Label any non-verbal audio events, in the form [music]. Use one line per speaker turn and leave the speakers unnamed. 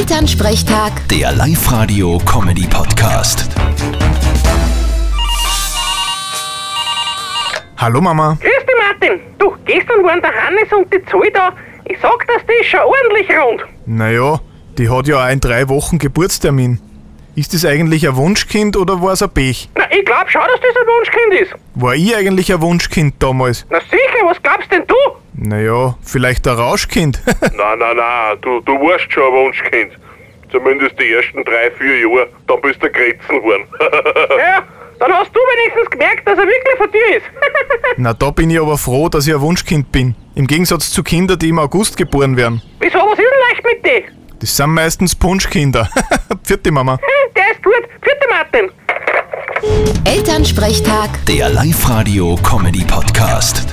Elternsprechtag,
Der Live-Radio-Comedy-Podcast.
Hallo Mama.
Grüß dich, Martin. Du, gestern waren der Hannes und die Zoe da. Ich sag das, die ist schon ordentlich rund.
Naja, die hat ja auch in drei Wochen Geburtstermin. Ist das eigentlich ein Wunschkind oder war es ein Pech?
Na, ich glaub schon, dass das ein Wunschkind ist.
War ich eigentlich ein Wunschkind damals?
Na sicher, was glaubst denn du?
Naja, vielleicht ein Rauschkind. [laughs]
Nein, nein, nein, du, du warst schon ein Wunschkind. Zumindest die ersten drei, vier Jahre, dann bist du Grätzen [laughs] worden.
Ja, dann hast du wenigstens gemerkt, dass er wirklich von dir ist. [laughs]
Na, da bin ich aber froh, dass ich ein Wunschkind bin. Im Gegensatz zu Kindern, die im August geboren werden.
Wieso, was ist denn leicht mit dir? [laughs]
Das sind meistens Punschkinder. [laughs] Vierte Mama.
Hm, Der ist gut. Vierte Martin.
Elternsprechtag.
Der Live-Radio-Comedy-Podcast.